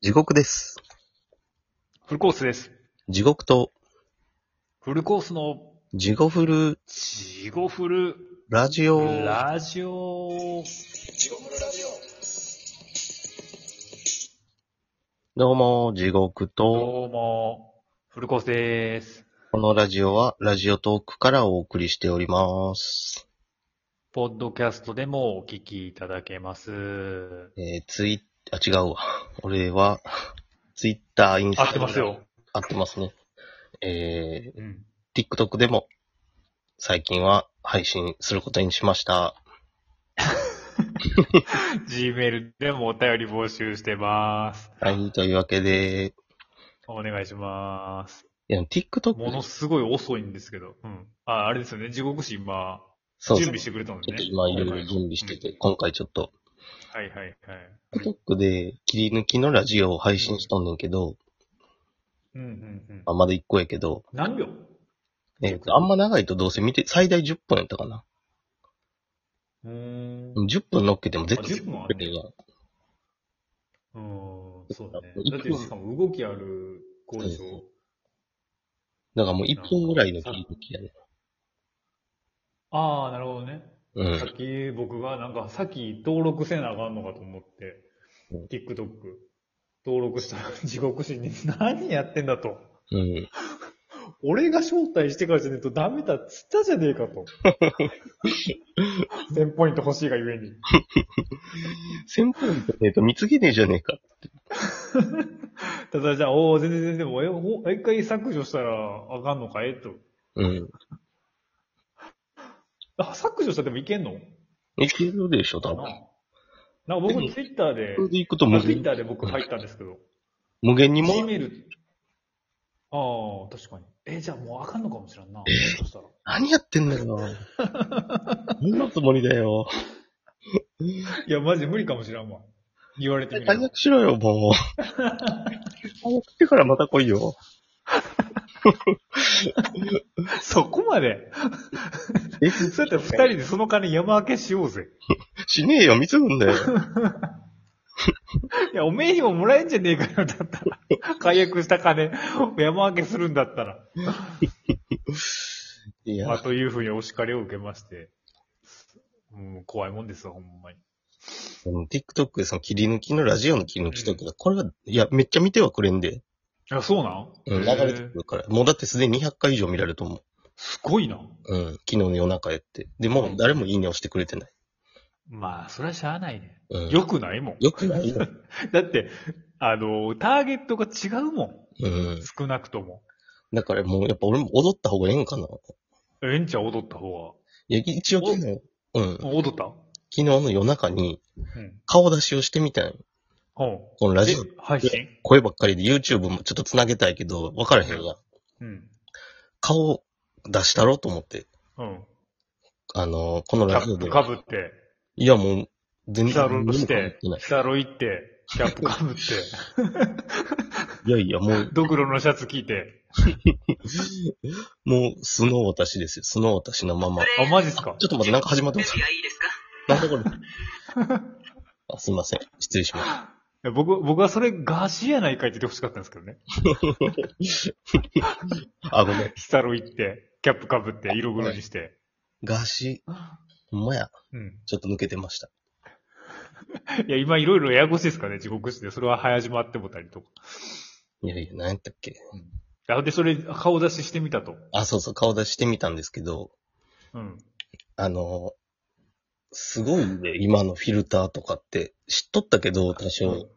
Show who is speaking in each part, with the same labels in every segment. Speaker 1: 地獄です。
Speaker 2: フルコースです。
Speaker 1: 地獄と、
Speaker 2: フルコースの、
Speaker 1: 地獄フル
Speaker 2: ジゴフル、
Speaker 1: ラジオ。
Speaker 2: ラジオ。
Speaker 1: どうも、地獄と、
Speaker 2: どうも、フルコースです。
Speaker 1: このラジオは、ラジオトークからお送りしております。
Speaker 2: ポッドキャストでもお聞きいただけます。
Speaker 1: えー、ツイあ、違うわ。俺は、ツイッター、インスタ。
Speaker 2: 合ってます。よ。
Speaker 1: 合ってますね。え
Speaker 2: うん。
Speaker 1: ー、TikTok でも、最近は配信することにしました。
Speaker 2: Gmail でもお便り募集してます。
Speaker 1: はい、というわけで、
Speaker 2: お願いします。
Speaker 1: いや、TikTok、
Speaker 2: ものすごい遅いんですけど。うん。あ、あれですよね。地獄市今、
Speaker 1: そう
Speaker 2: 準
Speaker 1: です
Speaker 2: 備
Speaker 1: ね。
Speaker 2: してくれたの
Speaker 1: ち
Speaker 2: で
Speaker 1: ょっ
Speaker 2: ね。
Speaker 1: と今いろいろ準備してて、今回ちょっと、
Speaker 2: はいはいはい。
Speaker 1: TikTok で切り抜きのラジオを配信しとんねんけど、
Speaker 2: うんうんうん。
Speaker 1: あまだ1個やけど、
Speaker 2: 何秒
Speaker 1: えっ、と、あんま長いとどうせ見て、最大10分やったかな。
Speaker 2: うーん。
Speaker 1: 10分乗っけても絶対
Speaker 2: 10分はあ
Speaker 1: 見れ
Speaker 2: るね
Speaker 1: へんやん
Speaker 2: うーん、そうだね
Speaker 1: い。く
Speaker 2: だって、しかも動きある子でし
Speaker 1: そう
Speaker 2: ょ。
Speaker 1: だからもう1分ぐらいの切り抜きやね。
Speaker 2: ああ、なるほどね。
Speaker 1: う
Speaker 2: さっ
Speaker 1: ん。
Speaker 2: き僕がなんか、さっき登録せなあかんのかと思って
Speaker 1: う、
Speaker 2: TikTok 登録したら地獄神に 何やってんだと。
Speaker 1: うん。
Speaker 2: 俺が招待してからじゃねえとダメだっつったじゃねえ かと。1000ポイント欲しいがゆえに。
Speaker 1: 1000分ってえっと見つけねえじゃねえか。
Speaker 2: ただじゃあ、おお全然全然、え、ほ一回削除したらあかんのかえと。
Speaker 1: うん。
Speaker 2: あ、削除したらでもいけんの
Speaker 1: いけるでしょ、多
Speaker 2: か
Speaker 1: 分。
Speaker 2: ななんか僕、Twitter で、
Speaker 1: それで行くと無
Speaker 2: ツイッ
Speaker 1: 限
Speaker 2: ターで僕入ったんですけど。
Speaker 1: 無限にも
Speaker 2: Gmail。ああ、確かに。え、じゃあもうあかんのかもしれんな。そしたら。
Speaker 1: 何やってんだよ。何のつもりだよ。
Speaker 2: いや、マジ無理かもしれんわ。言われてみ
Speaker 1: 対
Speaker 2: る
Speaker 1: 策しろよ、もう。早く来てからまた来いよ。
Speaker 2: そこまで。
Speaker 1: え、
Speaker 2: そうやったら二人でその金山分けしようぜ。
Speaker 1: しねえよ、貢ぐんだよ。
Speaker 2: いや、おめえにももらえんじゃねえかよ、だったら。解約した金、山分けするんだったら。
Speaker 1: い
Speaker 2: まあ、
Speaker 1: や、
Speaker 2: というふうにお叱りを受けまして。うん、怖いもんですよ、ほんまに。
Speaker 1: でも TikTok でその切り抜きのラジオの切り抜きとか、これは、いや、めっちゃ見てはくれんで。
Speaker 2: いや、そうなん
Speaker 1: うん、流
Speaker 2: へえ
Speaker 1: れてくるから。もうだってすでに200回以上見られると思う。
Speaker 2: すごいな。
Speaker 1: うん、昨日の夜中やって。でもう誰もいいね押してくれてない。
Speaker 2: まあ、それはしゃあないね。
Speaker 1: うん。
Speaker 2: よくないもん。
Speaker 1: よくないよ。
Speaker 2: だって、あの、ターゲットが違うも
Speaker 1: うん
Speaker 2: ん。。少なくとも。
Speaker 1: だからもうやっぱ俺も踊った方がええんかな。
Speaker 2: えんちゃん踊った方
Speaker 1: いや、一応昨日、うん。昨
Speaker 2: が。踊った
Speaker 1: 日の夜中に
Speaker 2: うん。
Speaker 1: 顔出しをしてみたんよ
Speaker 2: ほ
Speaker 1: この
Speaker 2: う
Speaker 1: ラ
Speaker 2: ん。
Speaker 1: ジ
Speaker 2: で
Speaker 1: オ、
Speaker 2: 配信
Speaker 1: 声ばっかりで YouTube もちょっと繋げたいけど、わからへんやん。
Speaker 2: うん。
Speaker 1: 顔出したろうと思って。
Speaker 2: うん。
Speaker 1: あのーこの
Speaker 2: キ
Speaker 1: ラ
Speaker 2: ャ
Speaker 1: ジオ
Speaker 2: ッ
Speaker 1: で
Speaker 2: プ。かぶって、
Speaker 1: いや、もう、全
Speaker 2: ヒ
Speaker 1: 然
Speaker 2: サロ
Speaker 1: 何にも
Speaker 2: し
Speaker 1: 変わっててな、い。
Speaker 2: ヒサロ行って、キャップかぶって、
Speaker 1: いやいや、もう、
Speaker 2: ドクロのシャツ着て。
Speaker 1: もう、素の私ですよ。素の私のまま。
Speaker 2: あ、マジっすか
Speaker 1: ちょっと待って、なんか始まってます。
Speaker 3: いいですか
Speaker 1: なんだこれ。あすいません。失礼しまし
Speaker 2: いや僕、僕はそれガーシーやないかいって言ってほしかったんですけどね。
Speaker 1: た。 あ、ごめん。
Speaker 2: ヒサロ行って、キャップかぶって、色黒にして。
Speaker 1: ガシ、ほんまや。
Speaker 2: うん。
Speaker 1: ちょっと抜けてました。
Speaker 2: いや、今いろいろややこしいですからね、地獄室で。それは早島ってもたりとか。
Speaker 1: いやいや、何やったっけ。
Speaker 2: あ、で、それ、顔出ししてみたと。
Speaker 1: あ、そうそう、顔出してみたんですけど、
Speaker 2: うん。
Speaker 1: あのー、すごいね、今のフィルターとかって、知っとったけど、多少、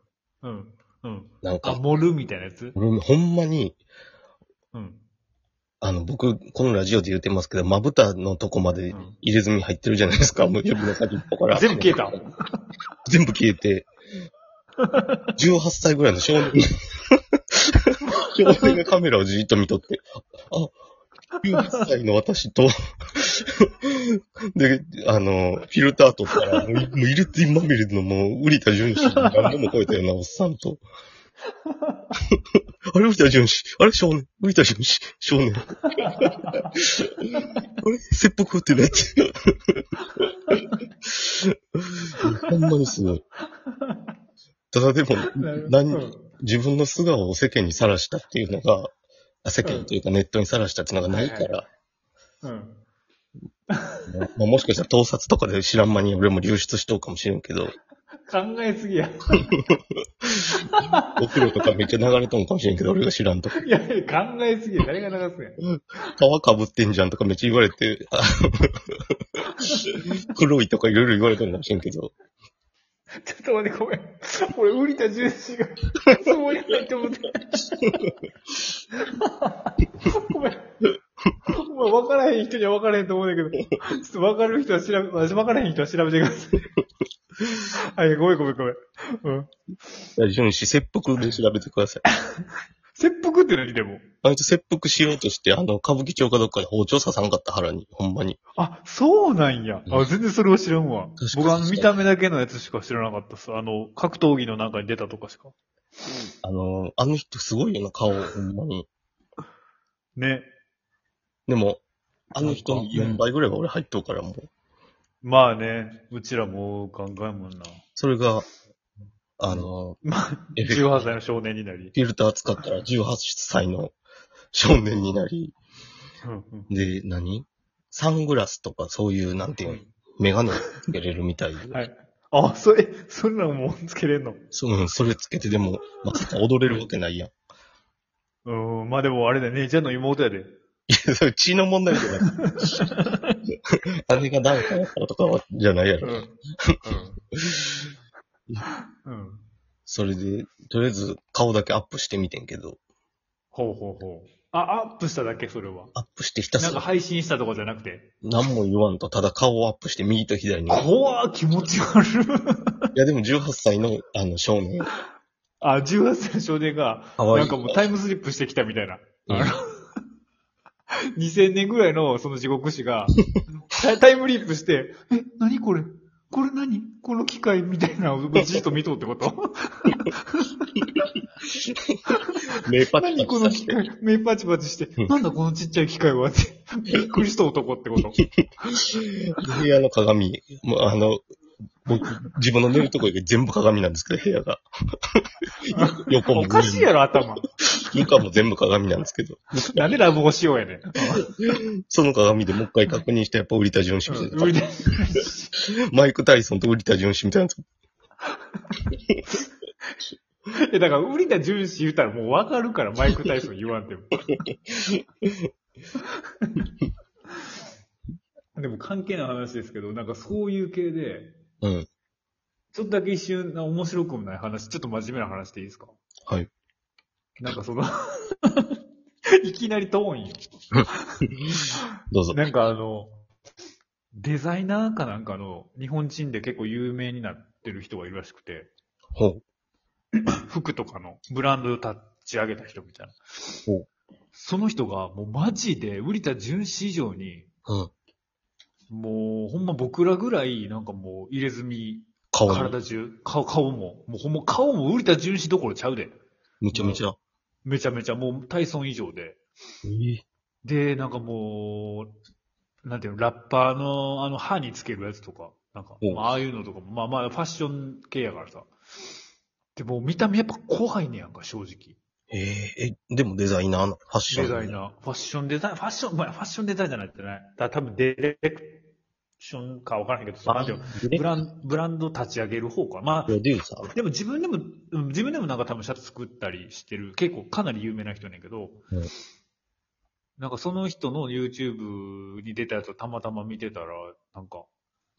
Speaker 2: うん。うん。
Speaker 1: なん
Speaker 2: あ、
Speaker 1: か、
Speaker 2: 盛るみたいなやつ
Speaker 1: 俺ほんまに、
Speaker 2: うん。
Speaker 1: あの、僕、このラジオで言ってますけど、まぶたのとこまで
Speaker 2: うん
Speaker 1: 入れ墨入ってるじゃないです か、もう指の先っぽから。
Speaker 2: 全部消えた。
Speaker 1: 全部消え て、18歳ぐらいの少年が、少年がカメラをじーっと見とって、あ、18歳の私と、 で、あの、フィルター取ったら、もうもう入れてまみれのもう、売田淳氏の何でも超えたようなおっさんと、 あれ、売田淳氏、あれ、少年、売田淳氏、少年。 あれ、切腹ってなって。 ほんまにすごい。ただでも、
Speaker 2: なるほど
Speaker 1: 何、
Speaker 2: うん
Speaker 1: 自分の素顔を世間にさらしたっていうのが、あ世間というかネットにさらしたっていうのがないから、
Speaker 2: うん。
Speaker 1: まあ、もしかしたら盗撮とかで知らん間に俺も流出しとうかもしれんけど、
Speaker 2: 考えすぎや。
Speaker 1: お風呂とかめっちゃ流れとんかもしれんけど、俺が知らんとか、
Speaker 2: いや、考えすぎや。誰が流すねん。
Speaker 1: 皮かぶってんじゃんとかめっちゃ言われて、 あ黒いとかいろいろ言われとんかもしれんけど、
Speaker 2: ちょっと待って、ごめん。俺、売りた重視が、そうやないと思って。ごめん。お前、分からへん人には分からへんと思うんだけど、ちょっと分かる人は調べ、私分からへん人は調べてください。はい、ごめんごめんごめん。うん。
Speaker 1: 大丈夫し、切腹で調べてください。
Speaker 2: 切腹って何でも。
Speaker 1: あいつ切腹しようとして、あの、歌舞伎町かどっかで包丁刺さんかった腹に、ほんまに。
Speaker 2: あ、そうなんや。あ、全然それは知らんわ。
Speaker 1: 確かに
Speaker 2: 僕は見た目だけのやつしか知らなかったっす。あの、格闘技の中に出たとかしか。
Speaker 1: あの、あの人すごいよな、顔、ほんまに。
Speaker 2: ね。
Speaker 1: でも、あの人の4倍ぐらいは俺入っとうから、もう。
Speaker 2: まあね、うちらもガンガンもんな。
Speaker 1: それが、あの、エフェク
Speaker 2: 18歳の少年になり。
Speaker 1: フィルター使ったら18歳の少年になり、
Speaker 2: うんうん
Speaker 1: で、何サングラスとかそういう、なんていうの、メガネつけれるみたいで。
Speaker 2: はい。あ、それ、そんなんもうつけれんの
Speaker 1: そう、うん、それつけてでも、まさか踊れるわけないやん。
Speaker 2: うーん、まあでもあれだよ、姉ちゃんの妹やで。
Speaker 1: うちの問題じゃない。姉がダンサーやからとかは、じゃないや
Speaker 2: うん。
Speaker 1: ろ。
Speaker 2: うん。うん。
Speaker 1: それで、とりあえず顔だけアップしてみてんけど、
Speaker 2: ほうほうほう。あ、アップしただけ、それは。
Speaker 1: アップしてひた
Speaker 2: なん
Speaker 1: す
Speaker 2: から配信したとかじゃなくて。
Speaker 1: 何も言わんと、ただ顔をアップして右と 左に。い
Speaker 2: 怖っ気持ち悪い。
Speaker 1: や、でも18歳の、あの、少年。
Speaker 2: あ、18歳の少年が、
Speaker 1: かわいい。
Speaker 2: なんかもうタイムスリップしてきたみたいな。
Speaker 1: うん
Speaker 2: あの、2000年ぐらいのその地獄師が、タタイムリップして、え、何これこれ何この機械みたいなのをじっと見とうってこと
Speaker 1: 目パチ
Speaker 2: 何
Speaker 1: パ
Speaker 2: こ
Speaker 1: チ
Speaker 2: の
Speaker 1: さ
Speaker 2: 機
Speaker 1: して。
Speaker 2: 械、目パチパチして、
Speaker 1: うん
Speaker 2: なんだこのちっちゃい機械はって、びっくりした男って こと。
Speaker 1: 部屋の鏡、もうあの、僕、自分の寝るとこ以外全部鏡なんですけど、部屋 が。横も
Speaker 2: おかしいやろ、頭。
Speaker 1: 床も全部鏡なんですけど、
Speaker 2: なんでラブホしようやねん。
Speaker 1: その鏡でもう一回確認して、やっぱウリタ・ジョン氏みたいな
Speaker 2: 無理だ
Speaker 1: マイク・タイソンとウリタ・ジョン氏みたいなやつ。
Speaker 2: え、だから、売りだ重視言ったらもうわかるから、マイク・タイソン言わんでも。 でも関係ない話ですけど、なんかそういう系で、
Speaker 1: うん。
Speaker 2: ちょっとだけ一瞬、面白くもない話、ちょっと真面目な話でいいですか
Speaker 1: はい。
Speaker 2: なんかその、 いきなり遠いんよ。
Speaker 1: どうぞ。
Speaker 2: なんかあの、デザイナーかなんかの日本人で結構有名になってる人がいるらしくて、
Speaker 1: ほう。
Speaker 2: 服とかのブランドを立ち上げた人みたいな
Speaker 1: ほう。
Speaker 2: その人がもうマジで、売田純子以上に、
Speaker 1: うん。
Speaker 2: もうほんま僕らぐらいなんかもう入れ墨、
Speaker 1: 顔に
Speaker 2: 体中、顔、顔も、もうほんま顔も売田純子どころちゃうで。
Speaker 1: めちゃめちゃ。
Speaker 2: めちゃめちゃもう体操以上で。
Speaker 1: え
Speaker 2: で、なんかもう、なんていうの、ラッパーのあの歯につけるやつとか、なんか
Speaker 1: う、ん
Speaker 2: まあああいうのとかも、まあまあファッション系やからさ。でもう見た目やっぱ怖いねやんか、正直。
Speaker 1: ええ、でもデザイナーなの、ファッション。
Speaker 2: デザイ
Speaker 1: ー。
Speaker 2: ナー、ファッションデザイン、ファッション、まあファッションデザイナーなんてない。だ多分ディレクションかわからへんけど、そのなんていうの
Speaker 1: ブ
Speaker 2: ブランブランド立ち上げる方か。ま
Speaker 1: プ
Speaker 2: あ、
Speaker 1: ロデューサー。
Speaker 2: でも自分でも、うん自分でもなんか多分シャツ作ったりしてる、結構かなり有名な人ねんけど、
Speaker 1: うん
Speaker 2: なんかその人の YouTube に出たやつをたまたま見てたら、なんか、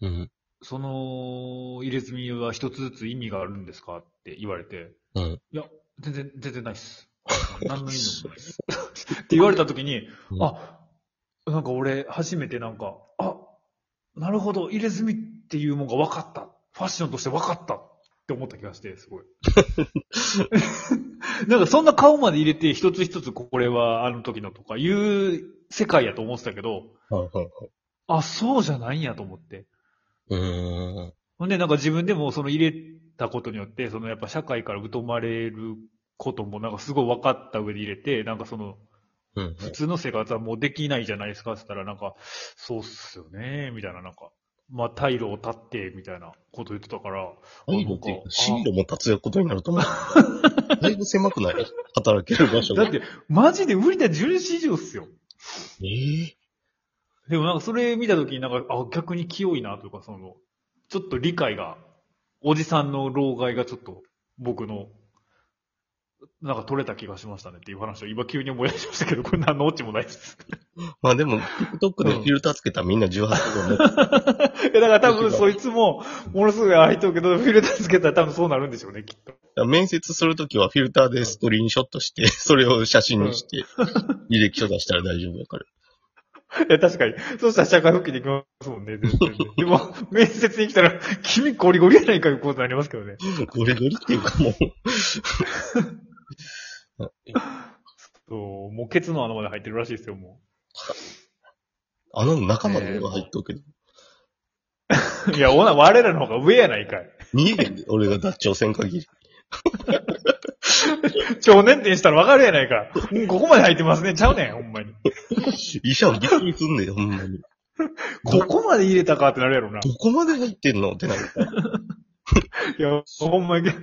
Speaker 1: うん。
Speaker 2: その入れ墨は一つずつ意味があるんですかって言われて、
Speaker 1: うん。
Speaker 2: いや、全然、全然ない っす。何の意味もないっす。って言われたときに、
Speaker 1: うん
Speaker 2: あ、なんか俺、初めてなんか、あ、なるほど、入れ墨っていうもんが分かった。ファッションとして分かったって思った気がして、 すごい。なんかそんな顔まで入れて、一つ一つこれはあの時のとかいう世界やと思ってたけど、
Speaker 1: はいはいはい。
Speaker 2: あ、そうじゃないんやと思って。
Speaker 1: うーん。
Speaker 2: ほんで、なんか自分でもその入れたことによって、そのやっぱ社会から疎まれることもなんかすごい分かった上で入れて、なんかその
Speaker 1: うん。
Speaker 2: 普通の生活はもうできないじゃないですかって言ったら、なんか、そうっすよね、みたいななんか、まあ、退路を断って、みたいなこと言ってたから、
Speaker 1: 退路っていう
Speaker 2: あ
Speaker 1: か、進路も断つことになる と思う。だいぶ狭くない働ける場所
Speaker 2: だ
Speaker 1: が。
Speaker 2: って、マジで無理だ、準市場っすよ。
Speaker 1: ええ
Speaker 2: でもなんかそれ見たときになんか、あ、逆に清いなというか、その、ちょっと理解が、おじさんの老害がちょっと、僕の、なんか取れた気がしましたねっていう話を今急に思い出しましたけど、これ何のオチもないです。
Speaker 1: まあでも、TikTok でフィルターつけたらみんな18歳だね
Speaker 2: え、だから多分そいつも、ものすごいああいう人けど、フィルターつけたら多分そうなるんでしょうね、きっと。
Speaker 1: 面接するときはフィルターでスクリーンショット して、それを写真にして、履歴書出したら大丈夫だから。
Speaker 2: いや、確かに。そうしたら社会復帰できますもんね、全然ねでも、面接に来たら、君ゴリゴリやないかいうことになりますけどね。
Speaker 1: ゴリゴリっていうかもう。
Speaker 2: そう、もうケツの穴まで入ってるらしいですよ、も
Speaker 1: あの仲間の方が入っとくけど。
Speaker 2: う。いや、おな、我らの方が上やないかい。
Speaker 1: 逃げへんで、俺が脱腸せん限 り。
Speaker 2: 超年点したらわかるやないか。うん、ここまで入ってますね、ちゃうねん、ほんまに。
Speaker 1: 医者はびっくりすんねん、ほんまに。
Speaker 2: ここまで入れたかってなるやろな。
Speaker 1: どこまで入ってんのってなるから。
Speaker 2: いや、ほんまに、なんか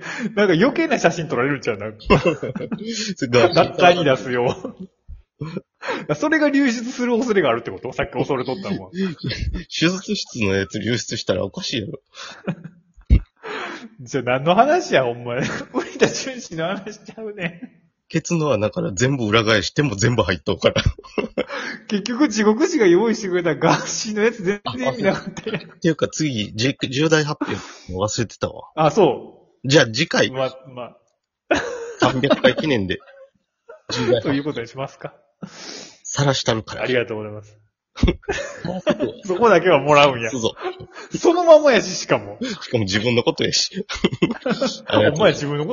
Speaker 2: 余計な写真撮られるんちゃうな。
Speaker 1: それが
Speaker 2: 学会に出すよ。 それが流出する恐れがあるってことさっき恐れとったのは。
Speaker 1: 手術室のやつ流出したらおかしいやろ。
Speaker 2: じゃあ何の話や、ほんまに。 売りた純子の話しちゃうねん。
Speaker 1: ケツの穴から全部裏返しても全部入っとうから。
Speaker 2: 結局、地獄師が用意してくれたガーシーのやつ全然見なかったよ。
Speaker 1: っていうか次、じ重大発表忘れてたわ。
Speaker 2: あ、そ
Speaker 1: じゃあ次
Speaker 2: う。
Speaker 1: 回、
Speaker 2: ま、ま、
Speaker 1: 300回記念で、重大
Speaker 2: とい
Speaker 1: 発
Speaker 2: うことにしますか。
Speaker 1: さらしたるから。
Speaker 2: ありがとうござい ます。
Speaker 1: もうすぐ
Speaker 2: そこだけはもらうんや
Speaker 1: す。ぞ。
Speaker 2: そのままやし、しかも。
Speaker 1: しかも自分のことやし。ありがとうございます
Speaker 2: お前自分のこと